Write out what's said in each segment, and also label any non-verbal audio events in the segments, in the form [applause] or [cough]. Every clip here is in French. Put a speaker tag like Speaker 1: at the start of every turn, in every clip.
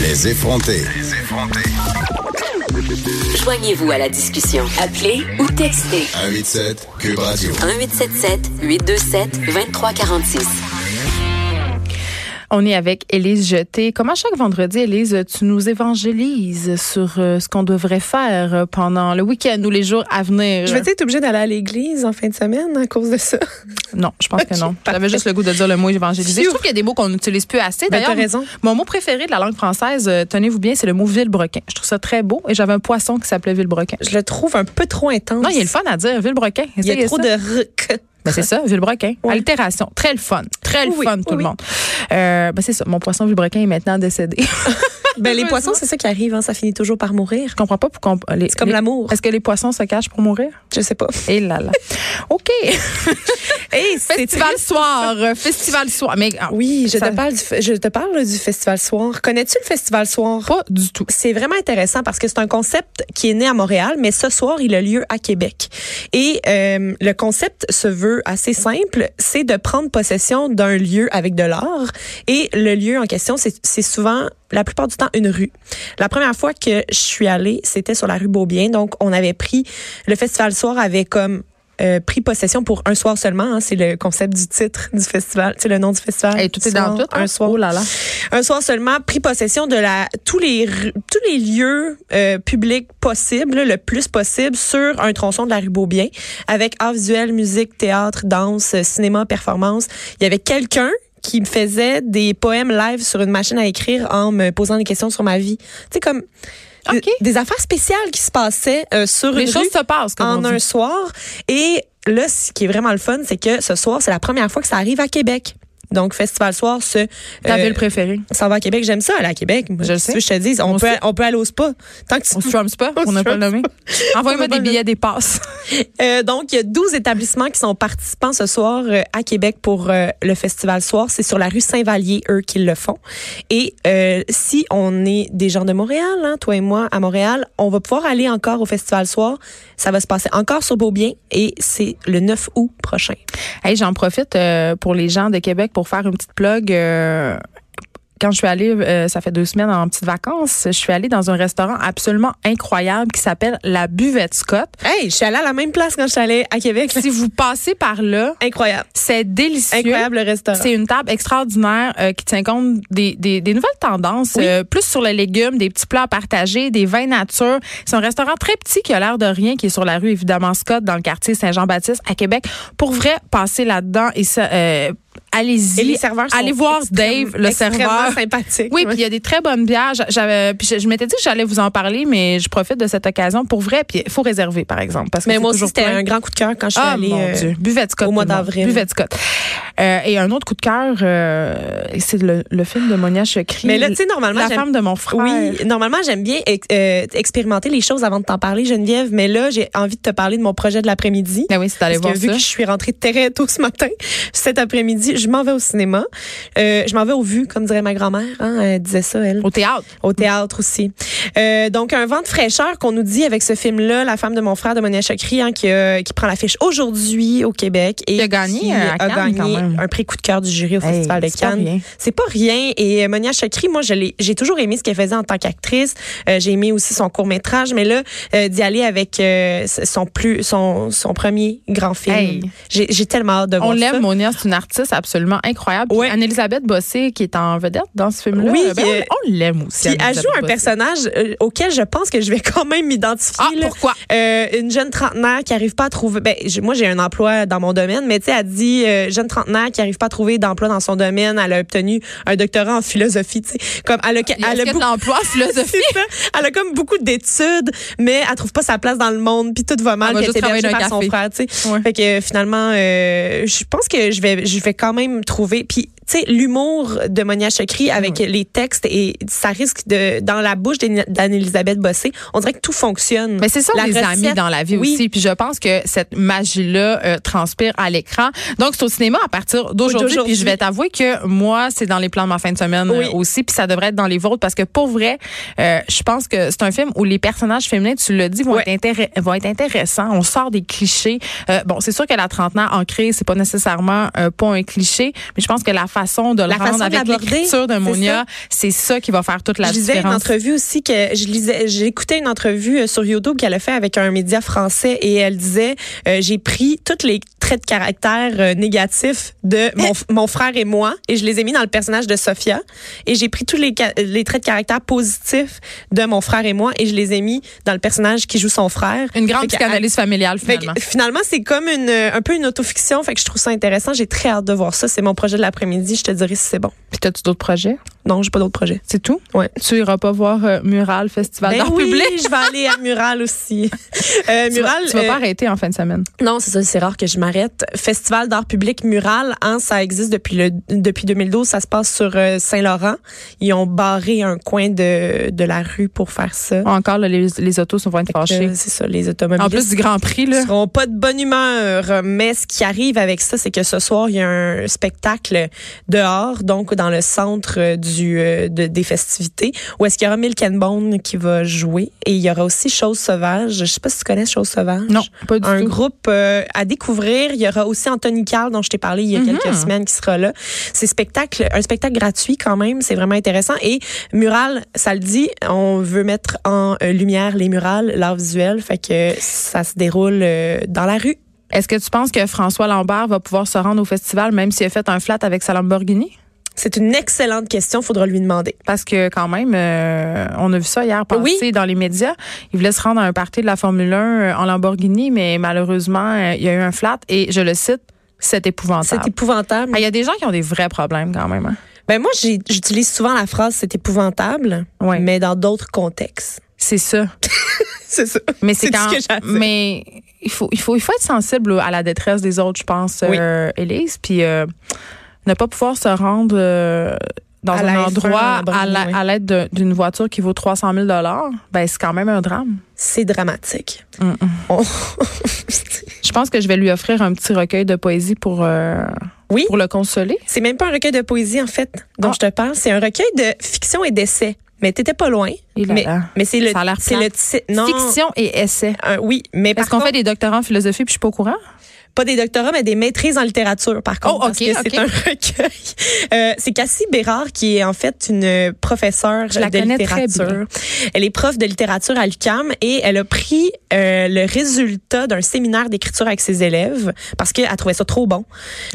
Speaker 1: Les effronter.
Speaker 2: Joignez-vous à la discussion. Appelez ou textez
Speaker 1: 187 Cube Radio.
Speaker 2: 1877 827 2346.
Speaker 3: On est avec Élise Jeté. Comme à chaque vendredi, Élise, tu nous évangélises sur euh, ce qu'on devrait faire euh, pendant le week-end ou les jours à venir.
Speaker 4: Je vais être obligée d'aller à l'église en fin de semaine à cause de ça.
Speaker 3: Non, je pense que non.
Speaker 4: Ok,
Speaker 3: [laughs] J'avais
Speaker 4: parfait.
Speaker 3: juste le goût de dire le mot évangéliser. Je trouve qu'il y a des mots qu'on n'utilise plus assez.
Speaker 4: Ben,
Speaker 3: D'ailleurs,
Speaker 4: t'as raison.
Speaker 3: mon mot préféré de la langue française, euh, tenez-vous bien, c'est le mot vilebrequin. Je trouve ça très beau et j'avais un poisson qui s'appelait vilebrequin.
Speaker 4: Je le trouve un peu trop intense.
Speaker 3: Non, il y a le fun à dire, vilebrequin.
Speaker 4: Il y a
Speaker 3: Essayez
Speaker 4: trop
Speaker 3: ça.
Speaker 4: de ruc.
Speaker 3: Ben, c'est ça, [laughs] Vilebrequin.
Speaker 4: Ouais.
Speaker 3: Altération. Très le fun. Très le
Speaker 4: Oui,
Speaker 3: fun,
Speaker 4: oui,
Speaker 3: tout le
Speaker 4: oui.
Speaker 3: monde. Euh, ben, c'est ça. Mon poisson Vilebrequin est maintenant décédé. [laughs]
Speaker 4: Ben, les
Speaker 3: Heureusement.
Speaker 4: poissons, c'est ça qui arrive, hein, ça finit toujours par mourir.
Speaker 3: Je comprends pas pourquoi. on- les-
Speaker 4: C'est comme
Speaker 3: les-
Speaker 4: l'amour.
Speaker 3: Est-ce que les poissons se cachent pour mourir?
Speaker 4: Je sais pas.
Speaker 3: Et là [laughs] là. OK.
Speaker 4: Hey,
Speaker 3: Festival soir. euh, Festival soir. Mais ah,
Speaker 4: Oui, je
Speaker 3: Ça-
Speaker 4: te, parle du, fe- je te parle du Festival Soir. Connais-tu le Festival Soir?
Speaker 3: pas du tout.
Speaker 4: C'est vraiment intéressant parce que c'est un concept qui est né à Montréal, mais ce soir, il a lieu à Québec. Et euh, le concept se veut assez simple, c'est de prendre possession d'un lieu avec de l'art. Et le lieu en question, c'est c'est souvent, la plupart du temps, une rue. La première fois que je suis allée, c'était sur la rue Beaubien. Donc, on avait pris, le Festival Soir avait comme... euh, pris possession pour un soir seulement, hein. c'est le concept du titre du festival, c'est le nom du festival.
Speaker 3: Et tout est dans
Speaker 4: Soir,
Speaker 3: tout. hein?
Speaker 4: Un soir
Speaker 3: Oh là là.
Speaker 4: un soir seulement pris possession de la tous les ru- tous les lieux euh, publics possibles là, le plus possible sur un tronçon de la rue Beaubien avec art visuel, musique, théâtre, danse, euh, cinéma, performance. Il y avait quelqu'un qui me faisait des poèmes live sur une machine à écrire en me posant des questions sur ma vie. Tu sais comme des-
Speaker 3: OK.
Speaker 4: des affaires spéciales qui se passaient euh, sur
Speaker 3: Les
Speaker 4: une
Speaker 3: choses
Speaker 4: rue
Speaker 3: se passent, comme
Speaker 4: en
Speaker 3: on
Speaker 4: un
Speaker 3: dit.
Speaker 4: soir. Et là, ce qui est vraiment le fun, c'est que ce soir, c'est la première fois que ça arrive à Québec. Donc, Festival Soir, ce...
Speaker 3: Ta
Speaker 4: euh,
Speaker 3: ville préférée.
Speaker 4: ça va à Québec. J'aime ça aller à Québec. Moi,
Speaker 3: Je le
Speaker 4: tu
Speaker 3: sais.
Speaker 4: veux que Je te dis, on,
Speaker 3: On
Speaker 4: peut,
Speaker 3: sait.
Speaker 4: on peut aller au spa. Tant que tu
Speaker 3: On se trompe pas, [laughs]
Speaker 4: On
Speaker 3: on n'a
Speaker 4: se
Speaker 3: pas le
Speaker 4: trompe
Speaker 3: nommé. Envoyez-moi
Speaker 4: On
Speaker 3: des
Speaker 4: n'a pas
Speaker 3: billets, des passes.
Speaker 4: Euh, donc, il y a 12 établissements qui sont participants ce soir euh, à Québec pour euh, le festival soir. C'est sur la rue Saint-Vallier, eux, qui le font. Et euh, si on est des gens de Montréal, hein, toi et moi, à Montréal, on va pouvoir aller encore au festival soir. Ça va se passer encore sur Beaubien et c'est le 9 août prochain.
Speaker 3: [laughs] Hey, j'en profite euh, pour les gens de Québec pour faire une petite plug. euh, quand je suis allée, euh, ça fait deux semaines en petites vacances, je suis allée dans un restaurant absolument incroyable qui s'appelle la Buvette Scott.
Speaker 4: Hey, je suis allée à la même place quand je suis allée à Québec.
Speaker 3: Si vous passez par là,
Speaker 4: Incroyable.
Speaker 3: c'est délicieux.
Speaker 4: Incroyable le restaurant.
Speaker 3: C'est une table extraordinaire euh, qui tient compte des, des- des nouvelles tendances,
Speaker 4: Oui.
Speaker 3: euh, plus sur les légumes, des petits plats partagés, des vins nature. C'est un restaurant très petit qui a l'air de rien, qui est sur la rue évidemment Scott, dans le quartier Saint-Jean-Baptiste à Québec. Pour vrai, passez là-dedans et ça, euh, allez-y.
Speaker 4: Et les serveurs sont
Speaker 3: allez voir
Speaker 4: extrême-
Speaker 3: Dave, le
Speaker 4: extrêmement
Speaker 3: serveur.
Speaker 4: sympathique.
Speaker 3: Oui, puis il y a des très bonnes bières. J'a- J'avais, puis je, je m'étais dit que j'allais vous en parler, mais je profite de cette occasion pour vrai. Puis il faut réserver, par exemple, parce que
Speaker 4: Mais
Speaker 3: c'est
Speaker 4: moi aussi,
Speaker 3: toujours
Speaker 4: c'était
Speaker 3: plein.
Speaker 4: un grand coup de cœur quand je suis
Speaker 3: Ah,
Speaker 4: allée.
Speaker 3: mon
Speaker 4: euh,
Speaker 3: Dieu. Buvette Scott.
Speaker 4: au mois
Speaker 3: tout le monde.
Speaker 4: d'avril.
Speaker 3: Buvette Scott. Euh, et un autre coup de cœur, euh, c'est le, le film de Monia Chokri.
Speaker 4: Mais là, tu sais, normalement,
Speaker 3: La
Speaker 4: j'aime-
Speaker 3: femme de mon frère.
Speaker 4: Oui, normalement, j'aime bien ex- euh, expérimenter les choses avant de t'en parler, Geneviève, mais là, j'ai envie de te parler de mon projet de l'après-midi.
Speaker 3: Ah oui, c'est allé
Speaker 4: Parce
Speaker 3: voir
Speaker 4: que vu
Speaker 3: ça.
Speaker 4: que je suis rentrée très tôt ce matin, cet après-midi, je m'en vais au cinéma. Euh, je m'en vais au vu, comme dirait ma grand-mère. Hein, elle disait ça, elle.
Speaker 3: Au théâtre.
Speaker 4: Au théâtre aussi. Euh, donc, un vent de fraîcheur qu'on nous dit avec ce film-là, La femme de mon frère de Monia Chakri, hein, qui, a- qui prend l'affiche aujourd'hui au Québec. Et
Speaker 3: Qui a gagné,
Speaker 4: qui
Speaker 3: euh, à
Speaker 4: a
Speaker 3: Cannes,
Speaker 4: gagné
Speaker 3: quand même.
Speaker 4: un prix coup de cœur du jury au Festival de
Speaker 3: c'est pas
Speaker 4: Cannes.
Speaker 3: rien.
Speaker 4: C'est pas rien. Et euh, Monia Chakri, moi, je l'ai- j'ai toujours aimé ce qu'elle faisait en tant qu'actrice. Euh, j'ai aimé aussi son court-métrage, mais là, euh, d'y aller avec euh, son, plus, son, son premier grand film.
Speaker 3: Hey.
Speaker 4: J'ai j'ai tellement hâte de
Speaker 3: On
Speaker 4: voir ça.
Speaker 3: l'aime, Monia, c'est une artiste absolument incroyable. Puis
Speaker 4: Ouais.
Speaker 3: Anne-Elisabeth Bossé, qui est en vedette dans ce film-là,
Speaker 4: Oui,
Speaker 3: ben,
Speaker 4: euh,
Speaker 3: on, on l'aime aussi.
Speaker 4: Puis elle
Speaker 3: Anne-Élisabeth
Speaker 4: joue un
Speaker 3: Bossé.
Speaker 4: personnage euh, auquel je pense que je vais quand même m'identifier.
Speaker 3: Ah,
Speaker 4: là.
Speaker 3: pourquoi?
Speaker 4: Euh, une jeune trentenaire qui arrive pas à trouver. Ben, j'ai- moi, j'ai un emploi dans mon domaine, mais tu sais, elle dit euh, jeune trentenaire qui arrive pas à trouver d'emploi dans son domaine. Elle a obtenu un doctorat en philosophie. Tu sais, comme elle a,
Speaker 3: Ah, Il y a
Speaker 4: elle a
Speaker 3: de
Speaker 4: beaucoup- [laughs]
Speaker 3: l'emploi, philosophie.
Speaker 4: c'est ça. Elle a comme beaucoup d'études, mais elle trouve pas sa place dans le monde, puis tout va mal,
Speaker 3: Elle va
Speaker 4: puis
Speaker 3: juste
Speaker 4: elle est hébergée
Speaker 3: travailler
Speaker 4: par
Speaker 3: dans un
Speaker 4: son frère, tu sais.
Speaker 3: Ouais.
Speaker 4: Fait que euh, finalement, euh, je pense que je vais, je vais quand même trouver. Puis tu sais, l'humour de Monia Chokri avec les textes et ça risque de dans la bouche d'Anne- d'Anne-Elisabeth Bossé, on dirait que tout fonctionne.
Speaker 3: Mais Ben, c'est ça
Speaker 4: La
Speaker 3: les
Speaker 4: recette,
Speaker 3: amis dans la vie
Speaker 4: oui.
Speaker 3: aussi. Puis je pense que cette magie-là euh, transpire à l'écran. Donc c'est au cinéma à partir d'aujourd'hui.
Speaker 4: D'aujourd'hui.
Speaker 3: Puis je vais t'avouer que moi c'est dans les plans de ma fin de semaine euh,
Speaker 4: Oui.
Speaker 3: aussi. Puis ça devrait être dans les vôtres parce que pour vrai, euh, je pense que c'est un film où les personnages féminins, tu le dis, vont,
Speaker 4: Ouais.
Speaker 3: être, intéré- vont être intéressants. On sort des clichés. Euh, bon, c'est sûr que la trentenaire ancrée, c'est pas nécessairement euh, pas un cliché, mais je pense que la façon de le
Speaker 4: La
Speaker 3: rendre
Speaker 4: façon de
Speaker 3: avec
Speaker 4: l'aborder,
Speaker 3: l'écriture de
Speaker 4: c'est
Speaker 3: Monia, c'est ça qui va faire toute la
Speaker 4: je lisais une
Speaker 3: différence.
Speaker 4: entrevue aussi que je lisais, j'écoutais une entrevue euh, sur YouTube qu'elle a fait avec un média français et elle disait euh, j'ai pris tous les traits de caractère euh, négatifs de mon, f- mon frère et moi et je les ai mis dans le personnage de Sophia et j'ai pris tous les, ca- les traits de caractère positifs de mon frère et moi et je les ai mis dans le personnage qui joue son frère.
Speaker 3: Une grande
Speaker 4: Fait que-
Speaker 3: psychanalyse familiale,
Speaker 4: fait que
Speaker 3: finalement.
Speaker 4: finalement, c'est comme une, euh, un peu une autofiction. Fait que je trouve ça intéressant. J'ai très hâte de voir ça. C'est mon projet de l'après-midi. Je te dirai si c'est bon.
Speaker 3: Puis, t'as-tu d'autres projets?
Speaker 4: Non, j'ai pas d'autres projets.
Speaker 3: C'est tout?
Speaker 4: Ouais.
Speaker 3: Tu iras pas voir euh, Mural, Festival
Speaker 4: Ben
Speaker 3: d'art
Speaker 4: oui,
Speaker 3: public?
Speaker 4: je vais aller à
Speaker 3: [laughs]
Speaker 4: Mural aussi. Euh,
Speaker 3: Tu vas-
Speaker 4: Mural.
Speaker 3: tu vas pas
Speaker 4: euh,
Speaker 3: arrêter en fin de semaine.
Speaker 4: non, c'est ça, c'est rare que je m'arrête. Festival d'art public Mural, hein, ça existe depuis le depuis 2012, ça se passe sur euh, Saint-Laurent. Ils ont barré un coin de, de la rue pour faire ça.
Speaker 3: Encore, là, les, les autos sont vont être
Speaker 4: Fait que,
Speaker 3: fâchés.
Speaker 4: euh, c'est ça, les automobilistes.
Speaker 3: En plus du Grand Prix,
Speaker 4: Ils
Speaker 3: là.
Speaker 4: seront pas de bonne humeur. Mais ce qui arrive avec ça, c'est que ce soir, il y a un spectacle dehors, donc dans le centre euh, du, euh, de- des festivités, où est-ce qu'il y aura Milk and Bone qui va jouer. Et il y aura aussi Chose Sauvage. Je sais pas si tu connais Chose Sauvage.
Speaker 3: Non, pas du
Speaker 4: Un
Speaker 3: tout.
Speaker 4: groupe euh, à découvrir. Il y aura aussi Anthony Carl, dont je t'ai parlé il y a quelques
Speaker 3: Mm-hmm.
Speaker 4: semaines, qui sera là. C'est spectacle, un spectacle gratuit quand même. C'est vraiment intéressant. Et Mural, ça le dit, on veut mettre en euh, lumière les murales, l'art visuel. Fait que ça se déroule euh, dans la rue.
Speaker 3: Est-ce que tu penses que François Lambert va pouvoir se rendre au festival, même s'il a fait un flat avec sa Lamborghini?
Speaker 4: C'est une excellente question. Faudra lui demander.
Speaker 3: Parce que quand même, euh, on a vu ça hier passer
Speaker 4: Oui.
Speaker 3: dans les médias. Il voulait se rendre à un party de la Formule 1 euh, en Lamborghini, mais malheureusement, euh, il y a eu un flat et je le cite, c'est
Speaker 4: C'est
Speaker 3: épouvantable.
Speaker 4: épouvantable.
Speaker 3: Ah, Il y a des gens qui ont des vrais problèmes quand même. hein.
Speaker 4: Ben moi, j'ai- j'utilise souvent la phrase c'est épouvantable,
Speaker 3: Ouais.
Speaker 4: mais dans d'autres contextes.
Speaker 3: C'est ça.
Speaker 4: C'est ça.
Speaker 3: Mais c'est
Speaker 4: C'est
Speaker 3: quand
Speaker 4: ce que j'ai à dire.
Speaker 3: mais il faut il faut il faut être sensible à la détresse des autres, je pense,
Speaker 4: Oui.
Speaker 3: euh, Élise, puis euh, ne pas pouvoir se rendre euh, dans
Speaker 4: À
Speaker 3: un
Speaker 4: la F1
Speaker 3: endroit à
Speaker 4: Lamborghini,
Speaker 3: la-
Speaker 4: oui.
Speaker 3: à l'aide de- d'une voiture qui vaut 300 000 dollars, ben c'est quand même un drame.
Speaker 4: C'est dramatique. [laughs] On-
Speaker 3: Je pense que je vais lui offrir un petit recueil de poésie pour euh,
Speaker 4: Oui.
Speaker 3: pour le consoler.
Speaker 4: C'est même pas un recueil de poésie, en fait, dont
Speaker 3: Ah.
Speaker 4: je te parle. C'est un recueil de fiction et d'essais. Mais t'étais pas loin.
Speaker 3: Et là
Speaker 4: mais
Speaker 3: là.
Speaker 4: mais c'est le,
Speaker 3: Ça a l'air
Speaker 4: c'est le titre. Non.
Speaker 3: Fiction et essai.
Speaker 4: un- oui, mais
Speaker 3: Parce
Speaker 4: parce
Speaker 3: qu'on
Speaker 4: qu'on
Speaker 3: fait des doctorats en philosophie puis je suis pas au courant.
Speaker 4: pas des doctorats, mais des maîtrises en littérature, par contre.
Speaker 3: Oh, ok,
Speaker 4: parce que
Speaker 3: ok.
Speaker 4: c'est un [laughs] recueil. Euh, c'est Cassie Bérard, qui est en fait une professeure
Speaker 3: Je la
Speaker 4: de
Speaker 3: connais très bien.
Speaker 4: littérature. Elle est prof de littérature à l'UQAM et elle a pris euh, le résultat d'un séminaire d'écriture avec ses élèves parce qu'elle trouvait ça trop bon.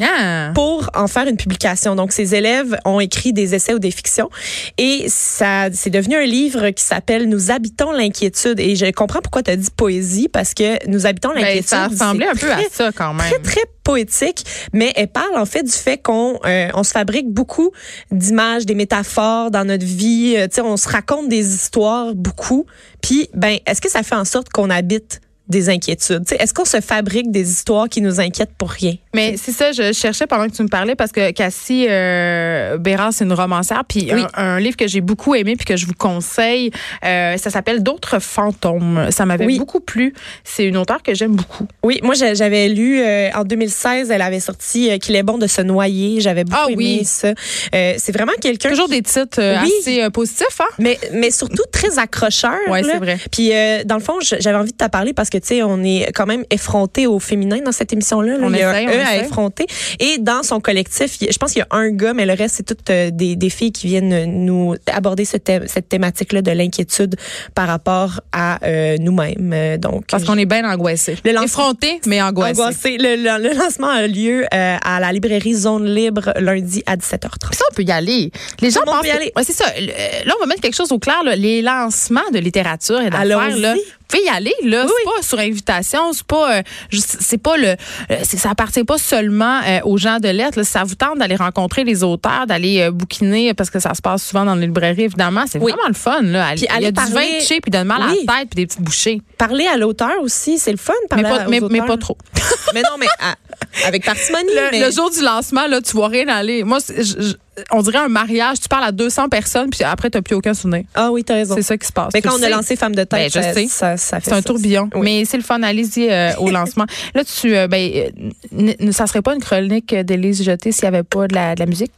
Speaker 3: Ah.
Speaker 4: pour en faire une publication. Donc, ses élèves ont écrit des essais ou des fictions et ça, c'est devenu un livre qui s'appelle Nous habitons l'inquiétude. Et je comprends pourquoi tu as dit poésie parce que Nous habitons
Speaker 3: Ben,
Speaker 4: l'inquiétude.
Speaker 3: ça ressemblait
Speaker 4: c'est
Speaker 3: un peu à
Speaker 4: très,
Speaker 3: ça quand même.
Speaker 4: Très, très poétique, mais elle parle en fait du fait qu'on euh, on se fabrique beaucoup d'images, des métaphores dans notre vie. Euh, tu sais, on se raconte des histoires beaucoup. Puis, ben, est-ce que ça fait en sorte qu'on habite des inquiétudes? Tu sais, est-ce qu'on se fabrique des histoires qui nous inquiètent pour rien?
Speaker 3: Mais c'est ça, je cherchais pendant que tu me parlais parce que Cassie euh, Bérard, c'est une romancière. Puis
Speaker 4: Oui.
Speaker 3: un, un livre que j'ai beaucoup aimé puis que je vous conseille, euh, ça s'appelle D'autres fantômes. Ça m'avait
Speaker 4: Oui.
Speaker 3: beaucoup plu. C'est une auteure que j'aime beaucoup.
Speaker 4: Oui, moi j'a- j'avais lu euh, en 2016, elle avait sorti euh, qu'il est bon de se noyer. J'avais beaucoup
Speaker 3: Ah
Speaker 4: aimé
Speaker 3: oui.
Speaker 4: ça. Euh, c'est vraiment quelqu'un.
Speaker 3: Toujours des titres euh,
Speaker 4: Oui.
Speaker 3: assez euh, positifs, hein?
Speaker 4: Mais mais surtout très accrocheur.
Speaker 3: Ouais,
Speaker 4: là.
Speaker 3: c'est vrai.
Speaker 4: Puis euh, dans le fond, j- j'avais envie de t'en parler parce que tu sais, on est quand même effronté au féminin dans cette émission là.
Speaker 3: On
Speaker 4: il y a
Speaker 3: essaye,
Speaker 4: un
Speaker 3: on
Speaker 4: E à
Speaker 3: essaye.
Speaker 4: effronter. Et dans son collectif, il- je pense qu'il y a un gars, mais le reste c'est toutes euh, des, des filles qui viennent euh, nous aborder ce thème- cette thématique là de l'inquiétude par rapport à euh, nous-mêmes. Euh, Donc
Speaker 3: Parce qu'on est bien angoissés.
Speaker 4: Le lance-
Speaker 3: Effrontés, mais angoissés.
Speaker 4: Angoissé. Le, le- le lancement a lieu euh, à la librairie Zone Libre lundi à 17h30.
Speaker 3: Ça, on peut y aller. Les gens
Speaker 4: le monde
Speaker 3: pensent
Speaker 4: peut y
Speaker 3: que-
Speaker 4: aller.
Speaker 3: Ouais, c'est ça. Le- euh, Là, on va mettre quelque chose au clair. là. Les lancements de littérature et d'affaires,
Speaker 4: Allons-y.
Speaker 3: là, vous pouvez y aller. Là, c'est pas sur invitation. C'est pas. euh, juste- c'est pas le. euh, c'est- ça appartient pas seulement euh, aux gens de lettres. là. Si Ça vous tente d'aller rencontrer les auteurs, d'aller euh, bouquiner parce que ça se passe souvent dans les librairies. Évidemment, c'est
Speaker 4: Oui.
Speaker 3: vraiment le fun. Là.
Speaker 4: Puis
Speaker 3: Il y
Speaker 4: aller
Speaker 3: a du vin
Speaker 4: parler-
Speaker 3: cheap, puis donne mal
Speaker 4: Oui.
Speaker 3: à la tête, puis des petites bouchées.
Speaker 4: Parler à l'auteur aussi, c'est le fun.
Speaker 3: Mais
Speaker 4: Parler
Speaker 3: pas,
Speaker 4: à-
Speaker 3: mais,
Speaker 4: aux
Speaker 3: mais
Speaker 4: auteurs.
Speaker 3: pas
Speaker 4: [laughs]
Speaker 3: trop.
Speaker 4: mais non, mais à- avec parcimonie.
Speaker 3: Le,
Speaker 4: mais-
Speaker 3: le jour du lancement, là, tu vois rien aller. Moi, c'est- je- je- on dirait un mariage, tu parles à 200 personnes, puis après, t'as plus aucun souvenir.
Speaker 4: Ah oui, t'as raison.
Speaker 3: C'est ça qui se passe.
Speaker 4: Mais
Speaker 3: Tu
Speaker 4: quand
Speaker 3: le
Speaker 4: on a
Speaker 3: sais.
Speaker 4: lancé Femme de
Speaker 3: Ben,
Speaker 4: tête,
Speaker 3: je
Speaker 4: ça-
Speaker 3: sais.
Speaker 4: ça, ça fait
Speaker 3: C'est un
Speaker 4: ça.
Speaker 3: tourbillon.
Speaker 4: Oui.
Speaker 3: Mais c'est le fun. Allez-y
Speaker 4: [laughs]
Speaker 3: euh, au lancement. Là, tu, euh, ben, euh, n- n- ça serait pas une chronique euh, d'Élise Jeté s'il n'y avait pas de la, de la musique.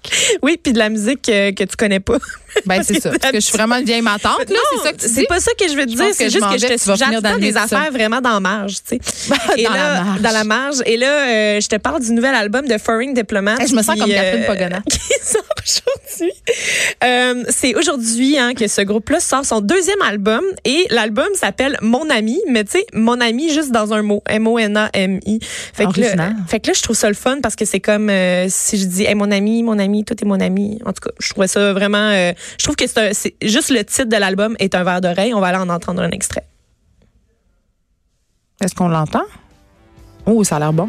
Speaker 4: Oui, puis de la musique euh, que tu connais pas.
Speaker 3: Ben, c'est
Speaker 4: [laughs]
Speaker 3: ça. Parce que je suis vraiment une vieille matante, là. C'est ça que tu dis.
Speaker 4: c'est pas ça que je veux te
Speaker 3: Je
Speaker 4: dire.
Speaker 3: pense que
Speaker 4: C'est
Speaker 3: je
Speaker 4: juste
Speaker 3: m'en
Speaker 4: que
Speaker 3: vais,
Speaker 4: je te
Speaker 3: tu vas finir
Speaker 4: j'attends
Speaker 3: dans le nez
Speaker 4: des
Speaker 3: de ça.
Speaker 4: affaires vraiment dans la marge, tu sais. Et
Speaker 3: [laughs] Dans
Speaker 4: là,
Speaker 3: la marge.
Speaker 4: Dans la marge. Et là, euh, je te parle du nouvel album de Foreign Diplomat.
Speaker 3: Eh, je me sens
Speaker 4: qui, euh,
Speaker 3: comme Catherine Pagana.
Speaker 4: [laughs] Qui sort aujourd'hui. Euh, c'est aujourd'hui hein, que ce groupe-là sort son deuxième album. Et l'album s'appelle Mon ami, mais tu sais, Mon ami juste dans un mot. M-O-N-A-M-I. Fait que, là, euh,
Speaker 3: Original.
Speaker 4: fait que là, je trouve ça le fun parce que c'est comme euh, si je dis hey, mon ami, mon ami, tout est mon ami. En tout cas, je trouvais ça vraiment. euh, je trouve que c'est un- c'est juste le titre de l'album est un verre d'oreille. On va aller en entendre un extrait.
Speaker 3: Est-ce qu'on l'entend? Oh, ça a l'air bon.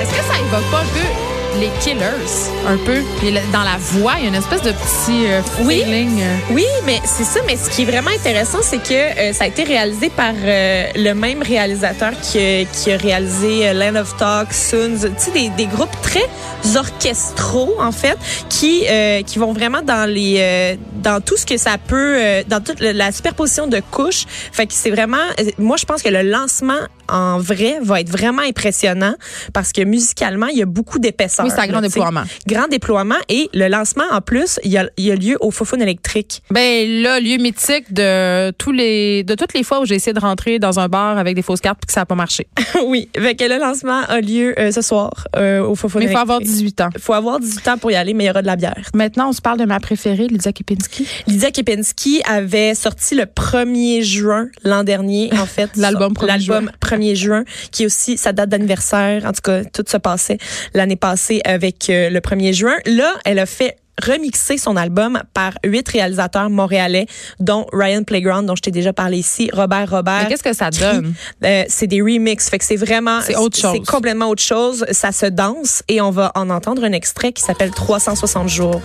Speaker 3: Est-ce que ça évoque pas un peu les Killers? Un peu. Et la- Dans la voix, il y a une espèce de petit euh,
Speaker 4: Oui.
Speaker 3: feeling. euh,
Speaker 4: Oui, mais c'est ça. Mais ce qui est vraiment intéressant, c'est que euh, ça a été réalisé par euh, le même réalisateur qui, euh, qui a réalisé euh, Land of Talk, Soons, tu sais, des, des groupes très orchestraux en fait, qui euh, qui vont vraiment dans les euh, dans tout ce que ça peut, euh, dans toute le- la superposition de couches. Fait que c'est vraiment, euh, moi je pense que le lancement en vrai va être vraiment impressionnant parce que musicalement il y a beaucoup d'épaisseur.
Speaker 3: Oui, c'est un grand
Speaker 4: là, tu sais.
Speaker 3: déploiement.
Speaker 4: Grand déploiement et le lancement en plus, il y a, il y a lieu au Fofone électrique.
Speaker 3: Ben là, lieu mythique de tous les de toutes les fois où j'ai essayé de rentrer dans un bar avec des fausses cartes puis que ça n'a pas marché.
Speaker 4: [laughs] oui, fait que le lancement a lieu euh, ce soir euh, au Fofone
Speaker 3: Mais il faut
Speaker 4: électrique.
Speaker 3: avoir 18 ans.
Speaker 4: faut avoir 18 ans pour y aller, mais il y aura de la bière.
Speaker 3: Maintenant, on se parle de ma préférée, Lydia Kepinski.
Speaker 4: Lydia Kepinski avait sorti le 1er juin l'an dernier,
Speaker 3: [laughs]
Speaker 4: en fait.
Speaker 3: L'album 1er
Speaker 4: L'album 1er juin, qui est aussi sa date d'anniversaire. En tout cas, tout se passait l'année passée avec euh, le 1er juin. Là, elle a fait remixer son album par huit réalisateurs montréalais, dont Ryan Playground, dont je t'ai déjà parlé ici, Robert Robert.
Speaker 3: Mais qu'est-ce que ça donne?
Speaker 4: Euh, c'est des remixes, fait que c'est vraiment
Speaker 3: C'est autre chose.
Speaker 4: C'est complètement autre chose, ça se danse et on va en entendre un extrait qui s'appelle 360 jours.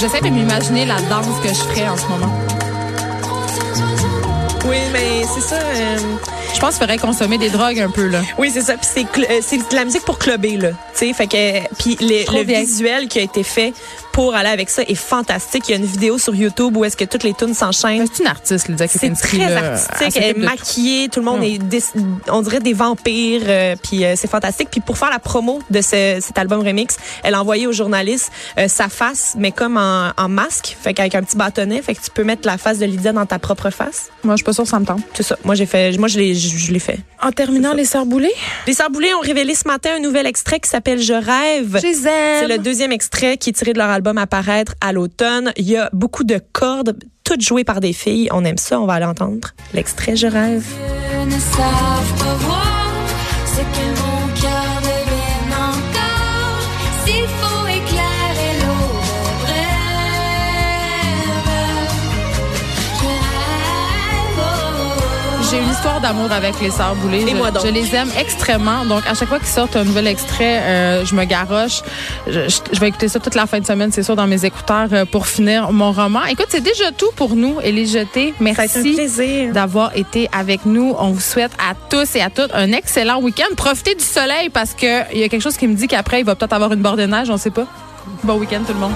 Speaker 3: J'essaie de m'imaginer la danse que je ferais en ce moment.
Speaker 4: Oui, mais c'est ça. euh,
Speaker 3: Je pense qu'il faudrait consommer des drogues un peu là.
Speaker 4: Oui, c'est ça. Puis c'est cl- euh, c'est de la musique pour clubber là. Tu sais, fait que puis les-
Speaker 3: trouve
Speaker 4: le
Speaker 3: bien.
Speaker 4: visuel qui a été fait pour aller avec ça est fantastique. Il y a une vidéo sur YouTube où est-ce que toutes les tunes s'enchaînent.
Speaker 3: C'est une Ah, artiste, Lydia
Speaker 4: C'est
Speaker 3: Kepinski.
Speaker 4: très
Speaker 3: là. Elle
Speaker 4: artistique,
Speaker 3: s'occupe
Speaker 4: elle est
Speaker 3: de tout.
Speaker 4: maquillée, tout le monde est, dé- on dirait des vampires, euh, puis euh, c'est fantastique. Puis pour faire la promo de ce- cet album remix, elle a envoyé aux journalistes euh, sa face, mais comme en, en masque, fait qu'avec un petit bâtonnet, fait que tu peux mettre la face de Lydia dans ta propre face.
Speaker 3: Moi, je suis pas sûre que ça me tente.
Speaker 4: C'est ça. Moi j'ai fait, moi je l'ai, je, je l'ai fait.
Speaker 3: En terminant, les sœurs Boulay.
Speaker 4: Les Sœurs Boulay ont révélé ce matin un nouvel extrait qui s'appelle Je rêve. C'est le deuxième extrait qui est tiré de leur album à paraître à l'automne. Il y a beaucoup de cordes, toutes jouées par des filles. On aime ça, on va l'entendre. L'extrait Je rêve.
Speaker 5: Dieu ne savent pas voir ce que mon cœur devine encore. S'il faut éclairer l'eau de rêve, je rêve. oh, oh, oh.
Speaker 3: J'ai une histoire d'amour avec les sœurs Boulay.
Speaker 4: Et
Speaker 3: je,
Speaker 4: moi donc.
Speaker 3: je les aime extrêmement. Donc, à chaque fois qu'ils sortent un nouvel extrait, euh, je me garoche. Je, je- je vais écouter ça toute la fin de semaine, c'est sûr, dans mes écouteurs euh, pour finir mon roman. Écoute, c'est déjà tout pour nous, Élise Jeté.
Speaker 4: Ça a été un
Speaker 3: Merci
Speaker 4: plaisir.
Speaker 3: d'avoir été avec nous. On vous souhaite à tous et à toutes un excellent week-end. Profitez du soleil parce que il y a quelque chose qui me dit qu'après, il va peut-être avoir une bord de neige, on sait pas. Bon week-end, tout le monde.